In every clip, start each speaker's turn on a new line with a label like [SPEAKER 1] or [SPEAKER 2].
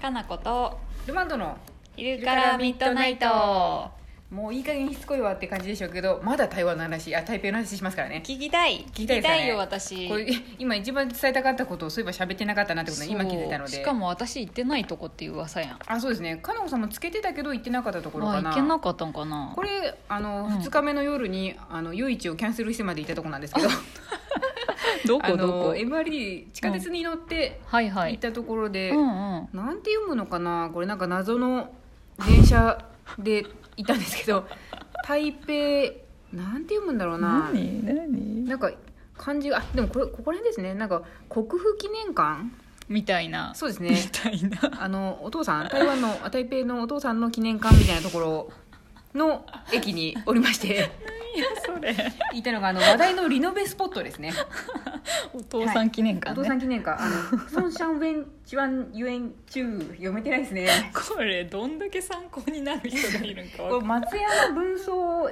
[SPEAKER 1] かなこと
[SPEAKER 2] ルマンドの
[SPEAKER 1] 昼からミッドナイト
[SPEAKER 2] もういい加減しつこいわって感じでしょうけどまだ台湾の話あ台北の話しますからね
[SPEAKER 1] 聞きたい
[SPEAKER 2] 聞きたいですかね
[SPEAKER 1] よ私
[SPEAKER 2] これ今一番伝えたかったことをそういえば喋ってなかったなってことに今気づいたので
[SPEAKER 1] そうしかも私行ってないとこっていう噂やん
[SPEAKER 2] あそうですねかのこさんもつけてたけど行ってなかったところ
[SPEAKER 1] あ
[SPEAKER 2] か
[SPEAKER 1] 行
[SPEAKER 2] な
[SPEAKER 1] けなかったんかな
[SPEAKER 2] これあの、
[SPEAKER 1] うん
[SPEAKER 2] 2日目の夜にあの夜市をキャンセルしてまで行ったとこなんですけど
[SPEAKER 1] ど
[SPEAKER 2] あの MRT 地下鉄に乗って
[SPEAKER 1] はいは
[SPEAKER 2] 行っ
[SPEAKER 1] い
[SPEAKER 2] たところで、
[SPEAKER 1] うんうん
[SPEAKER 2] なんて読むのかなこれなんか謎の電車でいたんです けど台北なんて読むんだろうな
[SPEAKER 1] 何
[SPEAKER 2] なんか漢字があでもこれここら辺ですねなんか国府記念館
[SPEAKER 1] みたいな
[SPEAKER 2] そうです
[SPEAKER 1] み
[SPEAKER 2] ね
[SPEAKER 1] たいな
[SPEAKER 2] あのお父さん台湾のあ台北のお父さんの記念館みたいなところの駅におりまして
[SPEAKER 1] それ
[SPEAKER 2] 言いたいのがあの話題のリノベスポットですね
[SPEAKER 1] お父さん記念
[SPEAKER 2] お
[SPEAKER 1] 館
[SPEAKER 2] 父さ
[SPEAKER 1] ね
[SPEAKER 2] ん記念館あのソンシャンウェンチュアンユエンチュー読めてないですね
[SPEAKER 1] これどんだけ参考になる人がいるんかわか
[SPEAKER 2] こ
[SPEAKER 1] ん
[SPEAKER 2] れ松山文装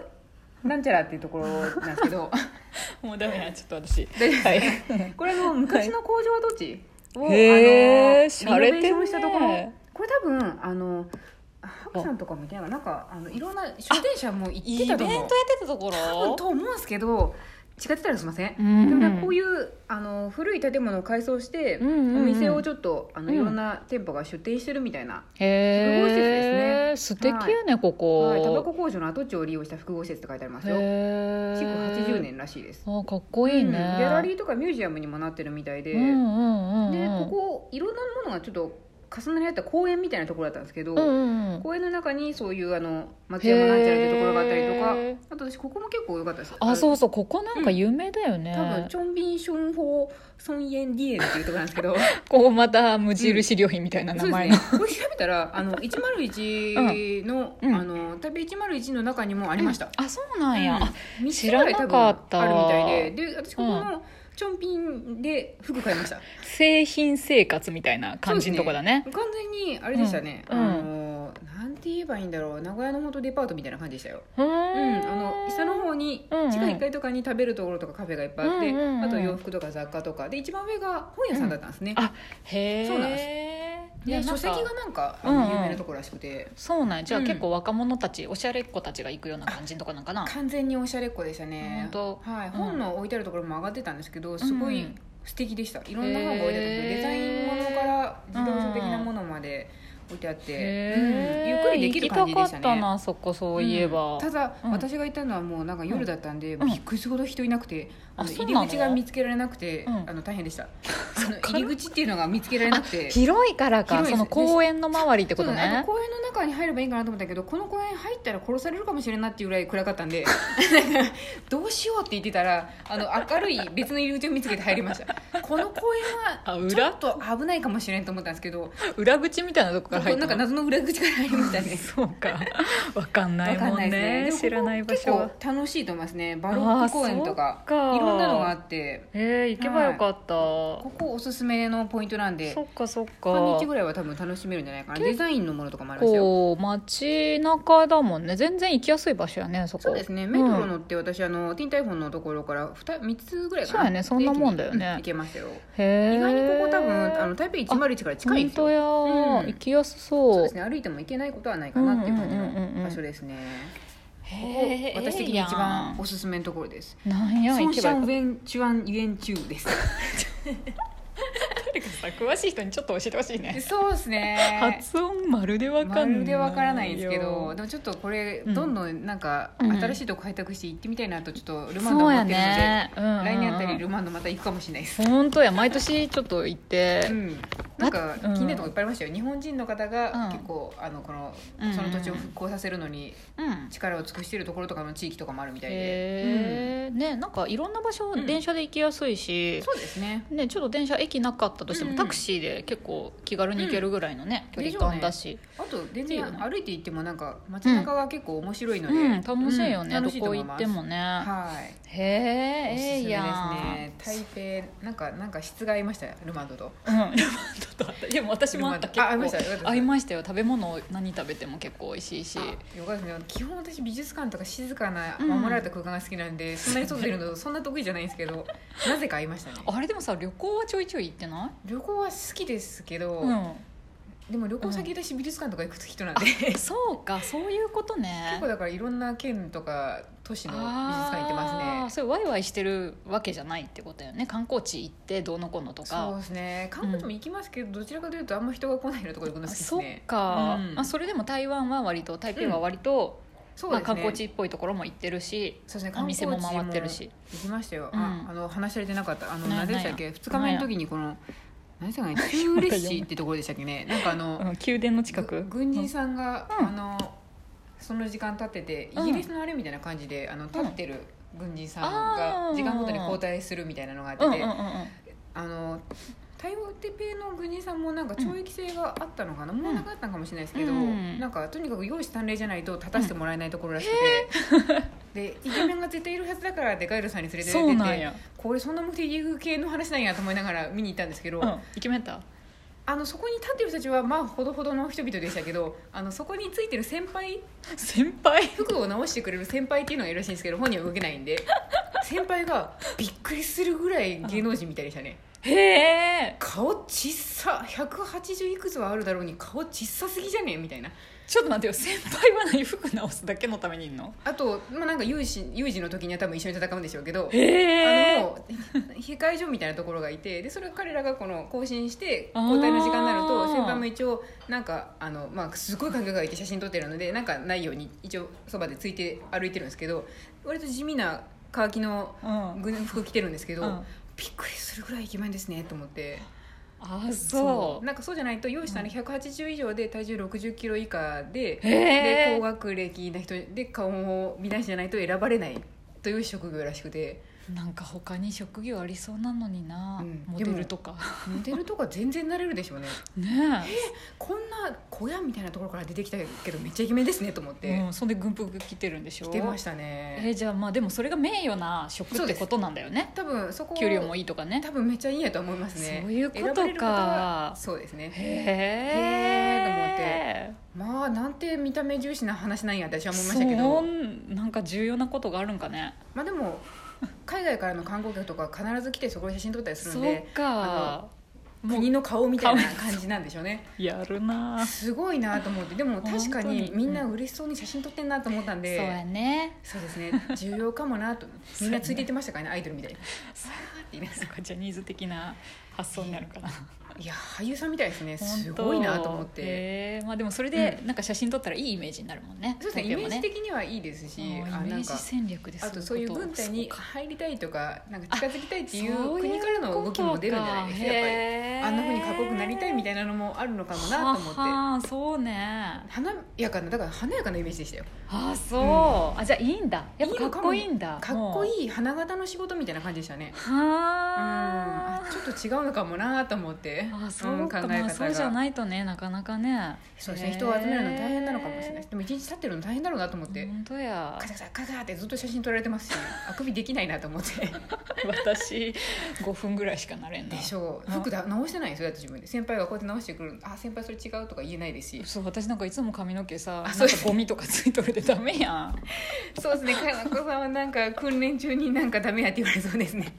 [SPEAKER 2] なんちゃらっていうところなんですけど
[SPEAKER 1] もうダメやちょっと私
[SPEAKER 2] 大丈夫
[SPEAKER 1] はい
[SPEAKER 2] これもう昔の工場土地を、
[SPEAKER 1] へー
[SPEAKER 2] あの
[SPEAKER 1] 洒落
[SPEAKER 2] リノ
[SPEAKER 1] て
[SPEAKER 2] ベ
[SPEAKER 1] んね
[SPEAKER 2] ーションしたところこれ多分あのハクさんとかもいたいななんかあのいろんな出店者も行っ
[SPEAKER 1] イベ
[SPEAKER 2] て
[SPEAKER 1] ントや
[SPEAKER 2] た
[SPEAKER 1] って
[SPEAKER 2] と思う
[SPEAKER 1] たとこ
[SPEAKER 2] 多分と
[SPEAKER 1] ろ
[SPEAKER 2] 思うんですけど違ってたらすいません、
[SPEAKER 1] うん
[SPEAKER 2] でもねこういうあの古い建物を改装して、
[SPEAKER 1] うんうんうん
[SPEAKER 2] お店をちょっとあの、
[SPEAKER 1] うん
[SPEAKER 2] いろんな店舗が出店してるみたいな、
[SPEAKER 1] へ
[SPEAKER 2] 複合施設
[SPEAKER 1] え
[SPEAKER 2] です
[SPEAKER 1] 素
[SPEAKER 2] ね
[SPEAKER 1] 敵やねここ、
[SPEAKER 2] はい、タバコ工場の跡地を利用した複合施設って書いてありますよ
[SPEAKER 1] へ
[SPEAKER 2] 築
[SPEAKER 1] え
[SPEAKER 2] 80年らしいです
[SPEAKER 1] あかっこいいね、
[SPEAKER 2] うんギャラリーとかミュージアムにもなってるみたいで、
[SPEAKER 1] うんうんうんうん
[SPEAKER 2] でここいろんなものがちょっと重なり合った公園みたいなところだったんですけど、
[SPEAKER 1] うんうんうん
[SPEAKER 2] 公園の中にそういうあの松山なんちゃらっていうところがあったりとか
[SPEAKER 1] へー
[SPEAKER 2] あと私ここも結構良かったです
[SPEAKER 1] あそううそうここなんか有名だよね、
[SPEAKER 2] 多分チョンビンションホーソンイエンディエンっていうところなんで すけど
[SPEAKER 1] こうまた無印良品みたいな名
[SPEAKER 2] そうです
[SPEAKER 1] 前
[SPEAKER 2] ね
[SPEAKER 1] の、
[SPEAKER 2] これ調べたらあの101の、
[SPEAKER 1] うん
[SPEAKER 2] あの旅101の中にもありました、
[SPEAKER 1] あそうなんや、
[SPEAKER 2] うん
[SPEAKER 1] あ
[SPEAKER 2] 三つ
[SPEAKER 1] 知
[SPEAKER 2] ぐら
[SPEAKER 1] ら
[SPEAKER 2] い多
[SPEAKER 1] な
[SPEAKER 2] 分
[SPEAKER 1] かった
[SPEAKER 2] あるみたいでで私ここのチョンピンで服買いました
[SPEAKER 1] 製品生活みたいな感じのとこだね
[SPEAKER 2] 完全にあれでしたね、
[SPEAKER 1] うん
[SPEAKER 2] あのなんて言えばいいんだろう名古屋のほんとデパートみたいな感じでしたよ、
[SPEAKER 1] う
[SPEAKER 2] うん
[SPEAKER 1] ん
[SPEAKER 2] あの下の方に
[SPEAKER 1] うんうん
[SPEAKER 2] 地下1階とかに食べるところとかカフェがいっぱいあって、
[SPEAKER 1] うんうんうん
[SPEAKER 2] あと洋服とか雑貨とかで一番上が本屋さんだったんですね、
[SPEAKER 1] うんあへえ
[SPEAKER 2] そうなんです
[SPEAKER 1] いや
[SPEAKER 2] で
[SPEAKER 1] なん
[SPEAKER 2] 書
[SPEAKER 1] か
[SPEAKER 2] 籍がなんか、
[SPEAKER 1] うんうん
[SPEAKER 2] あの有名なところらしくて
[SPEAKER 1] そうなんやじゃあ
[SPEAKER 2] うん
[SPEAKER 1] 結構若者たち、おしゃれっ子たちが行くような感じのとこなんかな
[SPEAKER 2] 完全におしゃれっ子でしたね
[SPEAKER 1] ほんと
[SPEAKER 2] はい、
[SPEAKER 1] うん
[SPEAKER 2] 本の置いてあるところも上がってたんですけどすご
[SPEAKER 1] う
[SPEAKER 2] い
[SPEAKER 1] ん
[SPEAKER 2] 素敵でしたいろんな本が置いてあってデザインものから自動車的なものまで置いてあって、
[SPEAKER 1] へ
[SPEAKER 2] うん
[SPEAKER 1] ー
[SPEAKER 2] ゆっくりできる感じでした
[SPEAKER 1] 行
[SPEAKER 2] ね
[SPEAKER 1] きたかったなそこそういえば、
[SPEAKER 2] うんただ、
[SPEAKER 1] うん
[SPEAKER 2] 私が行ったのはもうなんか夜だったんで、
[SPEAKER 1] うん
[SPEAKER 2] びっくりするほど人いなくて、あの
[SPEAKER 1] あそう
[SPEAKER 2] 入
[SPEAKER 1] なの
[SPEAKER 2] り口が見つけられなくて、
[SPEAKER 1] うん
[SPEAKER 2] あの大変でしたその入り口っていうのが見つけられなくて
[SPEAKER 1] 広いからか
[SPEAKER 2] 広い
[SPEAKER 1] そ
[SPEAKER 2] です
[SPEAKER 1] の公園の周りってこ
[SPEAKER 2] そう
[SPEAKER 1] と
[SPEAKER 2] だねあの
[SPEAKER 1] ね
[SPEAKER 2] 公園の中に入ればいいかなと思ったけどこの公園入ったら殺されるかもしれんないっていうぐらい暗かった んでどうしようって言ってたらあの明るい別の入り口を見つけて入りましたこの公園
[SPEAKER 1] あ
[SPEAKER 2] はちょ
[SPEAKER 1] 裏
[SPEAKER 2] っと危ないかもしれんと思ったんですけど
[SPEAKER 1] 裏口みたいなとこ
[SPEAKER 2] そ
[SPEAKER 1] から
[SPEAKER 2] こ
[SPEAKER 1] 入っ
[SPEAKER 2] な
[SPEAKER 1] た
[SPEAKER 2] んか
[SPEAKER 1] の
[SPEAKER 2] 謎の裏口から入りましたね
[SPEAKER 1] そうかわかんな
[SPEAKER 2] わ
[SPEAKER 1] い
[SPEAKER 2] かん
[SPEAKER 1] もん
[SPEAKER 2] ない
[SPEAKER 1] ね
[SPEAKER 2] ですね
[SPEAKER 1] 知らない場所は
[SPEAKER 2] でもここ結構楽しいと思いますねバロック公園とか
[SPEAKER 1] あーそっか
[SPEAKER 2] いろんなのがあって
[SPEAKER 1] えー、行けばよかった、
[SPEAKER 2] ここおすすめのポイントなんで
[SPEAKER 1] そっかそっ
[SPEAKER 2] 半日ぐ
[SPEAKER 1] から
[SPEAKER 2] いは多分楽しめるんじゃないかな
[SPEAKER 1] 結構
[SPEAKER 2] デザインのものとかもありましたよ
[SPEAKER 1] こう街中だもんね全然行きやすい場所やねそこ
[SPEAKER 2] そうですねメトロ乗って私あのティンタイフォンのところから2 3つぐらいかな
[SPEAKER 1] そうやねそんなもんだよね
[SPEAKER 2] うん行けましたよ
[SPEAKER 1] うんへえ
[SPEAKER 2] 意外にここ多分あの台北101から近いんですよ
[SPEAKER 1] 本当や、
[SPEAKER 2] うん
[SPEAKER 1] 行きやすそう
[SPEAKER 2] そうですね歩いても行けないことはないかなっていう感じ
[SPEAKER 1] うんうんうんうん
[SPEAKER 2] の場所ですねここ
[SPEAKER 1] へえ
[SPEAKER 2] 私的に一番おすすめのところです
[SPEAKER 1] なんや
[SPEAKER 2] ソ
[SPEAKER 1] 行
[SPEAKER 2] ン
[SPEAKER 1] け
[SPEAKER 2] シ
[SPEAKER 1] ば
[SPEAKER 2] ャ
[SPEAKER 1] よか
[SPEAKER 2] ンウ
[SPEAKER 1] った
[SPEAKER 2] ェンチュアンユエンチューです
[SPEAKER 1] 詳しい人にちょっと教えてほしいね
[SPEAKER 2] そうですね
[SPEAKER 1] 発音まるでわか
[SPEAKER 2] ま
[SPEAKER 1] んない
[SPEAKER 2] るでわからないんですけど
[SPEAKER 1] よ
[SPEAKER 2] でもちょっとこれ
[SPEAKER 1] うん
[SPEAKER 2] どんどんなんか
[SPEAKER 1] うん
[SPEAKER 2] 新しいとこ開拓して行ってみたいなとちょっとルマンド
[SPEAKER 1] そう
[SPEAKER 2] 思
[SPEAKER 1] や
[SPEAKER 2] ってるので、
[SPEAKER 1] ね、うんうんうん
[SPEAKER 2] 来年あたりルマンドまた行くかもしれないです、
[SPEAKER 1] 本当や毎年ちょっと行って、
[SPEAKER 2] うん、なんか気
[SPEAKER 1] うん
[SPEAKER 2] になるとこいっぱいありましたよ日本人の方が
[SPEAKER 1] うん
[SPEAKER 2] 結構あのこの
[SPEAKER 1] うん
[SPEAKER 2] その土地を復興させるのに
[SPEAKER 1] うん
[SPEAKER 2] 力を尽くしてるところとかの地域とかもあるみたいで、
[SPEAKER 1] へえ、ねなんかいろんな場所
[SPEAKER 2] うん
[SPEAKER 1] 電車で行きやすい
[SPEAKER 2] うん
[SPEAKER 1] し、
[SPEAKER 2] そうですね
[SPEAKER 1] ねちょっと電車駅なかったとしても、
[SPEAKER 2] うんうん
[SPEAKER 1] タクシーで結構気軽に行けるぐらいのね、
[SPEAKER 2] うん
[SPEAKER 1] 距離感だし、
[SPEAKER 2] あと全
[SPEAKER 1] いいよね
[SPEAKER 2] 然歩いて行ってもなんか街中が結構面白いので、
[SPEAKER 1] うん楽しいよね、
[SPEAKER 2] うん
[SPEAKER 1] ど
[SPEAKER 2] 楽しいと
[SPEAKER 1] こ
[SPEAKER 2] 思い
[SPEAKER 1] 行
[SPEAKER 2] ま
[SPEAKER 1] っ
[SPEAKER 2] す
[SPEAKER 1] てもね、
[SPEAKER 2] はい
[SPEAKER 1] へえ
[SPEAKER 2] おすす
[SPEAKER 1] え
[SPEAKER 2] め
[SPEAKER 1] え
[SPEAKER 2] です
[SPEAKER 1] や
[SPEAKER 2] ね
[SPEAKER 1] ん、
[SPEAKER 2] 台北なんかなんか質が合いましたよルマンドと
[SPEAKER 1] うん、ちょっとあったでも私もあった
[SPEAKER 2] あ
[SPEAKER 1] 結構
[SPEAKER 2] 合いましたよかったです
[SPEAKER 1] 合いましたよ食べ物何食べても結構美味しいし
[SPEAKER 2] よかったですね基本私美術館とか静かな
[SPEAKER 1] うん
[SPEAKER 2] 守られた空間が好きなんで、そんなに外出 るのそんな得意じゃないんですけどなぜか合いましたね
[SPEAKER 1] あれでもさ旅行はちょいちょい行ってない
[SPEAKER 2] 旅行は好きですけど、
[SPEAKER 1] うん
[SPEAKER 2] でも旅行先私美術館とか行く人なんで、
[SPEAKER 1] そうかそういうことね
[SPEAKER 2] 結構だからいろんな県とか都市の美術館行って
[SPEAKER 1] あ
[SPEAKER 2] ま
[SPEAKER 1] ー
[SPEAKER 2] すね
[SPEAKER 1] それワイワイしてるわけじゃないってことよね観光地行ってどうのこうのと
[SPEAKER 2] そう
[SPEAKER 1] か
[SPEAKER 2] ですね韓国も行きますけど、どちらかというとあんま人が来ないようなところ行くの好きです
[SPEAKER 1] そっ
[SPEAKER 2] ね
[SPEAKER 1] か、
[SPEAKER 2] うん
[SPEAKER 1] まあ、それでも台湾は割と台北は割と、
[SPEAKER 2] そう
[SPEAKER 1] ま
[SPEAKER 2] で
[SPEAKER 1] あ、
[SPEAKER 2] すね、
[SPEAKER 1] 観光地っぽいところも行ってるし、
[SPEAKER 2] そうですね
[SPEAKER 1] お店も回ってるし
[SPEAKER 2] 行きましたよ、
[SPEAKER 1] う
[SPEAKER 2] あ
[SPEAKER 1] ん
[SPEAKER 2] あの話し合れてなかったあの
[SPEAKER 1] な
[SPEAKER 2] 何でしたっけ2日目の時にこの何で したっけね
[SPEAKER 1] わ
[SPEAKER 2] 中
[SPEAKER 1] かんない
[SPEAKER 2] 列市ってところでしたっけねなんかあの、
[SPEAKER 1] うん宮殿の近く
[SPEAKER 2] ぐ軍人さんが、
[SPEAKER 1] うん
[SPEAKER 2] あのその時間立ってて
[SPEAKER 1] うん
[SPEAKER 2] イギリスのあれみたいな感じであの立ってる軍人さんが
[SPEAKER 1] あー
[SPEAKER 2] 時間ごとに交代するみたいなのがあって
[SPEAKER 1] う
[SPEAKER 2] て、
[SPEAKER 1] んうんうんうん
[SPEAKER 2] あの台湾テペの軍人さんもなんか懲役制があったのかな、もうなかったのかもしれないですけど、
[SPEAKER 1] うん
[SPEAKER 2] なんかとにかく容姿端麗じゃないと立たせてもらえないところらしくて、でイケメンが絶対いるはずだからでガイルさんに連れて
[SPEAKER 1] そう
[SPEAKER 2] 行っ
[SPEAKER 1] なん
[SPEAKER 2] て
[SPEAKER 1] や、
[SPEAKER 2] これそんな目的系の話なんやと思いながら見に行ったんですけど、
[SPEAKER 1] うん、イケメンだっ
[SPEAKER 2] あのそこに立ってる人たちはまあほどほどの人々でしたけどあのそこについてる先輩
[SPEAKER 1] た先輩
[SPEAKER 2] 服を直してくれる先輩っていうのがいるらしいんですけど本人は動けないん で先輩がびっくりするぐらい芸能人みたいでしたね。
[SPEAKER 1] へえ
[SPEAKER 2] 顔ちっさ180いくつはあるだろうに顔ちっさすぎじゃねえみたいな
[SPEAKER 1] ちょっと待ってよ先輩は何服直すだけのためにいんの
[SPEAKER 2] あと、まあ、なんか有事有事の時には多分一緒に戦うんでしょうけど
[SPEAKER 1] へ
[SPEAKER 2] あの
[SPEAKER 1] え
[SPEAKER 2] もう控え所みたいなところがいてでそれを彼らがこの更新して交代の時間になる
[SPEAKER 1] あ
[SPEAKER 2] と
[SPEAKER 1] ー
[SPEAKER 2] 先輩も一応なんかあの、まあ、すごい観客がいて写真撮ってるのでなんかないように一応そばでついて歩いてるんですけど割と地味な乾きの
[SPEAKER 1] うん
[SPEAKER 2] 軍服着てるんですけど、
[SPEAKER 1] うん
[SPEAKER 2] びっくりするぐらいイケメンですねと思って。
[SPEAKER 1] あそう
[SPEAKER 2] なんかそうじゃないと用意したの180以上で体重60キロ以下で,、
[SPEAKER 1] へー
[SPEAKER 2] で高学歴な人で顔も美男子じゃないと選ばれないという職業らしくて
[SPEAKER 1] なんか他に職業ありそうなのにな、
[SPEAKER 2] うん
[SPEAKER 1] モデルとか
[SPEAKER 2] モデルとか全然なれるでしょうね
[SPEAKER 1] ね
[SPEAKER 2] こんな小屋みたいなところから出てきたけどめっちゃイケメンですねと思っ
[SPEAKER 1] え、
[SPEAKER 2] て
[SPEAKER 1] うん、そんで軍服着てるんでしょ
[SPEAKER 2] 来てましたた
[SPEAKER 1] え
[SPEAKER 2] ね、
[SPEAKER 1] じゃあまあでもそれが名誉な職ってことなんだよね
[SPEAKER 2] 多分そこ
[SPEAKER 1] 給料も
[SPEAKER 2] いい
[SPEAKER 1] いいとかね
[SPEAKER 2] 多分めっちゃいいやと思いますね
[SPEAKER 1] そういうことか
[SPEAKER 2] 選ばれるはそうですね
[SPEAKER 1] へえ
[SPEAKER 2] まあなんて見た目重視な話なんやって私は思いましたけど
[SPEAKER 1] そんなんか重要なことがあるんかね
[SPEAKER 2] まあでも海外からの観光客とか必ず来てそこで写真撮ったりする
[SPEAKER 1] そ
[SPEAKER 2] ん
[SPEAKER 1] う
[SPEAKER 2] で
[SPEAKER 1] かもう
[SPEAKER 2] 国の顔みたいな感じなんでしょうね
[SPEAKER 1] やるな
[SPEAKER 2] すごいなと思ってでも確か
[SPEAKER 1] 本
[SPEAKER 2] に
[SPEAKER 1] 当に
[SPEAKER 2] みんな嬉しそうに写真撮ってんなと思ったん
[SPEAKER 1] そうや
[SPEAKER 2] で
[SPEAKER 1] ね
[SPEAKER 2] そうですね重要かもなとみんなついていってましたからねアイドルみたいに
[SPEAKER 1] そ
[SPEAKER 2] いや
[SPEAKER 1] そっかジャニーズ的な発想になるかな、
[SPEAKER 2] いや俳優さんみたいですね
[SPEAKER 1] 本当
[SPEAKER 2] すごいなと思って
[SPEAKER 1] へえまあでもそれでなんか写真撮ったらいいイメージになるもんね、
[SPEAKER 2] そうですねイ
[SPEAKER 1] 東京
[SPEAKER 2] メ
[SPEAKER 1] も
[SPEAKER 2] ージ的にはいいですし
[SPEAKER 1] うん
[SPEAKER 2] あ
[SPEAKER 1] イメ
[SPEAKER 2] な
[SPEAKER 1] ー
[SPEAKER 2] ん
[SPEAKER 1] ジ
[SPEAKER 2] か
[SPEAKER 1] 戦略です
[SPEAKER 2] あとそういう軍隊に入りたいとかなんか近づきたいってい
[SPEAKER 1] そうういう
[SPEAKER 2] 国からの動きも出るんじゃないですかやっぱり
[SPEAKER 1] へー
[SPEAKER 2] あんなふうにかっこよくなりたいみたいなのもあるのかもなと思って
[SPEAKER 1] ははそうね
[SPEAKER 2] 華やかなだから華やかなイメージでしたよ
[SPEAKER 1] あそう、あじゃあいいんだやっぱかっこいいんだ
[SPEAKER 2] かっこ
[SPEAKER 1] い
[SPEAKER 2] いい花形の仕事みたいな感じでしたねうん
[SPEAKER 1] は
[SPEAKER 2] あちょっと違うのかもなと思って
[SPEAKER 1] ああそうか、
[SPEAKER 2] ん、考え
[SPEAKER 1] まあ、
[SPEAKER 2] 方
[SPEAKER 1] そうじゃ
[SPEAKER 2] が
[SPEAKER 1] ないとねなかなかね
[SPEAKER 2] そうですね人を集めるの大変なのかもしれないでも一日立ってるの大変だろうなと思って
[SPEAKER 1] 本当や
[SPEAKER 2] カサカサカサってずっと写真撮られて ますしあくびできないなと思って
[SPEAKER 1] 私5分ぐらいしかなれんな
[SPEAKER 2] でしょう服だ直してないんですよだって自分で先輩がこうやって直してくるあ先輩それ違うとか言えないですし
[SPEAKER 1] そう私なんかいつも髪の毛さ
[SPEAKER 2] あ
[SPEAKER 1] なん
[SPEAKER 2] そ
[SPEAKER 1] か
[SPEAKER 2] うです
[SPEAKER 1] ゴミとかついとるでダメやん
[SPEAKER 2] そうですね佳菜子さんはなんか訓練中になんかダメやって言われそうです ね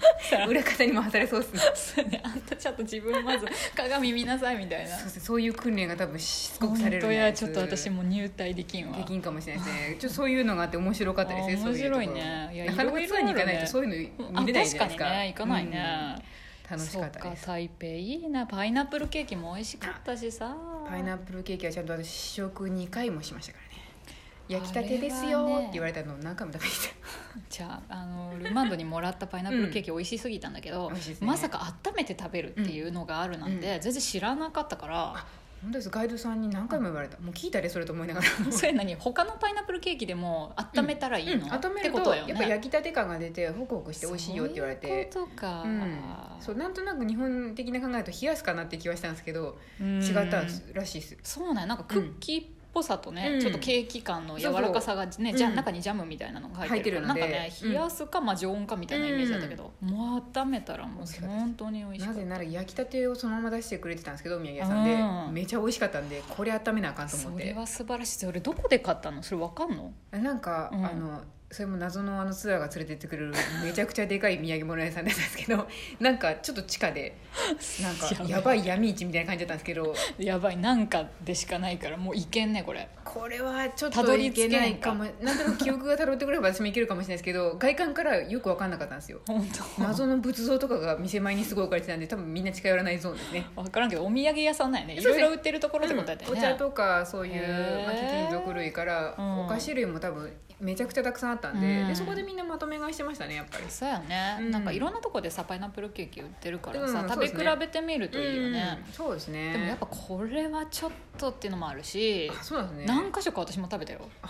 [SPEAKER 2] 裏方に回されそうですね
[SPEAKER 1] そうね あんたちょっと自分まず鏡見なさいみたいな
[SPEAKER 2] そうですねそういう訓練が多分しつこくされ
[SPEAKER 1] 本
[SPEAKER 2] るん
[SPEAKER 1] 当
[SPEAKER 2] で
[SPEAKER 1] やちょっと私もう入隊できんわ
[SPEAKER 2] できんかもしれないですねちょっとそういうのがあって面白かったですね
[SPEAKER 1] あー
[SPEAKER 2] そううところ
[SPEAKER 1] 面白いねいや
[SPEAKER 2] なかなか
[SPEAKER 1] いろいろ
[SPEAKER 2] ツアーに行かない
[SPEAKER 1] あるね
[SPEAKER 2] とそういうの見れないじゃないですか
[SPEAKER 1] あ確かにね行かないね、
[SPEAKER 2] うん楽しか
[SPEAKER 1] そ
[SPEAKER 2] った
[SPEAKER 1] っ
[SPEAKER 2] で
[SPEAKER 1] か
[SPEAKER 2] す
[SPEAKER 1] 台北いいなパイナップルケーキも美味しかったしさ
[SPEAKER 2] パイナップルケーキはちゃんと私試食2回もしましたからね焼きたてですよ
[SPEAKER 1] あれは
[SPEAKER 2] ー
[SPEAKER 1] ね
[SPEAKER 2] って言われたのを何回も食べてき
[SPEAKER 1] じゃああのルマンドにもらったパイナップルケーキ美味しすぎたんだけど、
[SPEAKER 2] 美味しいですね
[SPEAKER 1] まさか温めて食べるっていうのがあるなんて、全然知らなかったから
[SPEAKER 2] あ、た本当ですガイドさんに何回も言われたもう聞いたでそれと思いながら
[SPEAKER 1] それ何他のパイナップルケーキでも温めたらいいの、
[SPEAKER 2] うん温める
[SPEAKER 1] ってこととよね
[SPEAKER 2] やっぱ焼きたて感が出てホクホクして美味しいよって言われて
[SPEAKER 1] そういうことか、
[SPEAKER 2] うん、そうなんとなく日本的な考えだと冷やすかなって気はしたんですけど
[SPEAKER 1] うん
[SPEAKER 2] 違ったんですらしいです
[SPEAKER 1] そうなんやなんかクッキーっぽさとね、
[SPEAKER 2] うん
[SPEAKER 1] ちょっとケーキ感の柔らかさがね、
[SPEAKER 2] そう
[SPEAKER 1] じゃ
[SPEAKER 2] うん
[SPEAKER 1] 中にジャムみたいなのが入ってるから
[SPEAKER 2] 入ってるので
[SPEAKER 1] なんかね
[SPEAKER 2] うん
[SPEAKER 1] 冷やすか、まあ、常温かみたいなイメージだったけど、もう温めたらも
[SPEAKER 2] 美味しか
[SPEAKER 1] う
[SPEAKER 2] ったです
[SPEAKER 1] 本当に美味しか
[SPEAKER 2] な
[SPEAKER 1] った
[SPEAKER 2] ぜなら焼きたてをそのまま出してくれてたんですけどお土産屋さんで、
[SPEAKER 1] うん
[SPEAKER 2] めちゃ美味しかったんでこれ温めなあかんと思っ
[SPEAKER 1] そ
[SPEAKER 2] て
[SPEAKER 1] れは素晴らしいそれどこで買ったのそれわかんの
[SPEAKER 2] なんか、
[SPEAKER 1] うん
[SPEAKER 2] あのそれも謎のあのツアーが連れてってくれるめちゃくちゃでかい土産物屋さんだったんですけど なんかちょっと地下 でなんかやばい闇市みたいな感じだったんですけど
[SPEAKER 1] やばいなんかでしかないからもういけんねこれ
[SPEAKER 2] これはちょった
[SPEAKER 1] ど
[SPEAKER 2] と
[SPEAKER 1] り
[SPEAKER 2] い
[SPEAKER 1] 着け
[SPEAKER 2] け
[SPEAKER 1] な
[SPEAKER 2] ないい
[SPEAKER 1] か
[SPEAKER 2] かもなんとなく記憶がたどってくれば私もいけるかもしれないです けど外観からよく分かんなかったんですよ
[SPEAKER 1] 本
[SPEAKER 2] 謎の仏像とかが店前にすごい置かれてたんで多分みんな近寄らないゾーンですね
[SPEAKER 1] 当分からんけどお土産屋さんなんやねい
[SPEAKER 2] そう
[SPEAKER 1] ろ
[SPEAKER 2] です
[SPEAKER 1] い
[SPEAKER 2] ね
[SPEAKER 1] ろ売ってるところってことだったよ
[SPEAKER 2] お茶
[SPEAKER 1] ね、
[SPEAKER 2] とかそうい
[SPEAKER 1] へ
[SPEAKER 2] う
[SPEAKER 1] ー
[SPEAKER 2] まあ貴金属類から
[SPEAKER 1] うん
[SPEAKER 2] お菓子類も多分めちゃくちゃたくさんあったんで,、
[SPEAKER 1] うん
[SPEAKER 2] でそこでみんなまとめ買いしてましたねやっぱり。
[SPEAKER 1] そうやね、
[SPEAKER 2] うん
[SPEAKER 1] なんかいろんなとこでさパイナップルケーキ売ってるからさ、
[SPEAKER 2] うん
[SPEAKER 1] 食べ
[SPEAKER 2] そうですね
[SPEAKER 1] 比べてみるといいよね、
[SPEAKER 2] うんそうですね
[SPEAKER 1] でもやっぱこれはちょっとっていうのもあるし
[SPEAKER 2] あそうなんですね
[SPEAKER 1] 何箇所か私も食べたよ
[SPEAKER 2] そっか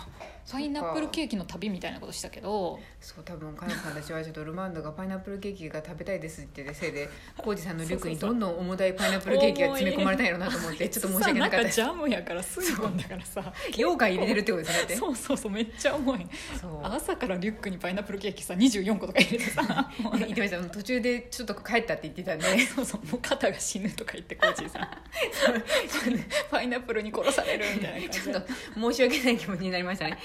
[SPEAKER 1] パイナップルケーキの旅みたいなことしたけど
[SPEAKER 2] そう多分カナさんたちはちょっとルマンドがパイナップルケーキが食べたいですって言ってせいで 浩二さんのリュックにどんどん重たいパイナップルケーキが詰め込まれたんやろうなと思ってちょっ と申し訳なか
[SPEAKER 1] さ
[SPEAKER 2] ったで
[SPEAKER 1] ん
[SPEAKER 2] す
[SPEAKER 1] かジャムやから水分だからさ
[SPEAKER 2] 羊羹入れてるってことですねだって
[SPEAKER 1] そうそうそうめっちゃ重い
[SPEAKER 2] そう
[SPEAKER 1] 朝からリュックにパイナップルケーキさ24個とか入れて さもう
[SPEAKER 2] 言ってました途中でちょっと帰ったって言ってたんで
[SPEAKER 1] そうそうもう肩が死ぬとか言ってコーチーさん パイナップルに殺されるみたいな感
[SPEAKER 2] ち
[SPEAKER 1] じ
[SPEAKER 2] ょっ
[SPEAKER 1] で
[SPEAKER 2] と申し訳ない気持ちになりましたね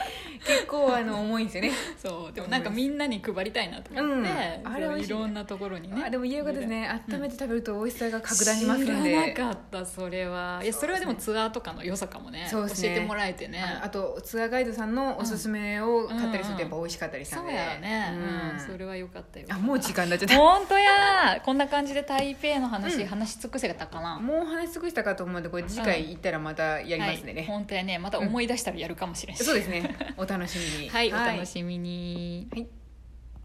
[SPEAKER 2] 結構あの重いんですよね
[SPEAKER 1] そうでもなんかみんなに配りたいなと思って、
[SPEAKER 2] うん
[SPEAKER 1] あ
[SPEAKER 2] あれ美
[SPEAKER 1] れ
[SPEAKER 2] 味
[SPEAKER 1] い
[SPEAKER 2] しい
[SPEAKER 1] ろんなところにね
[SPEAKER 2] あでも言えばですね
[SPEAKER 1] うん
[SPEAKER 2] 温めて食べると美味しさが格段に増すの
[SPEAKER 1] 知らな
[SPEAKER 2] で
[SPEAKER 1] かったそれはいやそれはでもツアーとかの良さかもね
[SPEAKER 2] そうですね
[SPEAKER 1] 教えてもらえてね
[SPEAKER 2] ああとツアーガイドさんのおすすめを買ったりするとやっぱ美味しかったりした
[SPEAKER 1] そ
[SPEAKER 2] ん
[SPEAKER 1] う
[SPEAKER 2] で、
[SPEAKER 1] やね、うん
[SPEAKER 2] うん
[SPEAKER 1] それは良かったよ
[SPEAKER 2] あもう時間になっちゃった
[SPEAKER 1] 本当やこんな感じで台北の話、
[SPEAKER 2] うん
[SPEAKER 1] 話し尽くせたかな
[SPEAKER 2] もう話し尽くしたかと思うのでこれ次回行ったらまたやりますんで
[SPEAKER 1] はい、
[SPEAKER 2] ね、
[SPEAKER 1] 本当やねまた思い出したらやるかもしれない、
[SPEAKER 2] そうですねお楽しみに
[SPEAKER 1] はい、お楽しみに、
[SPEAKER 2] はい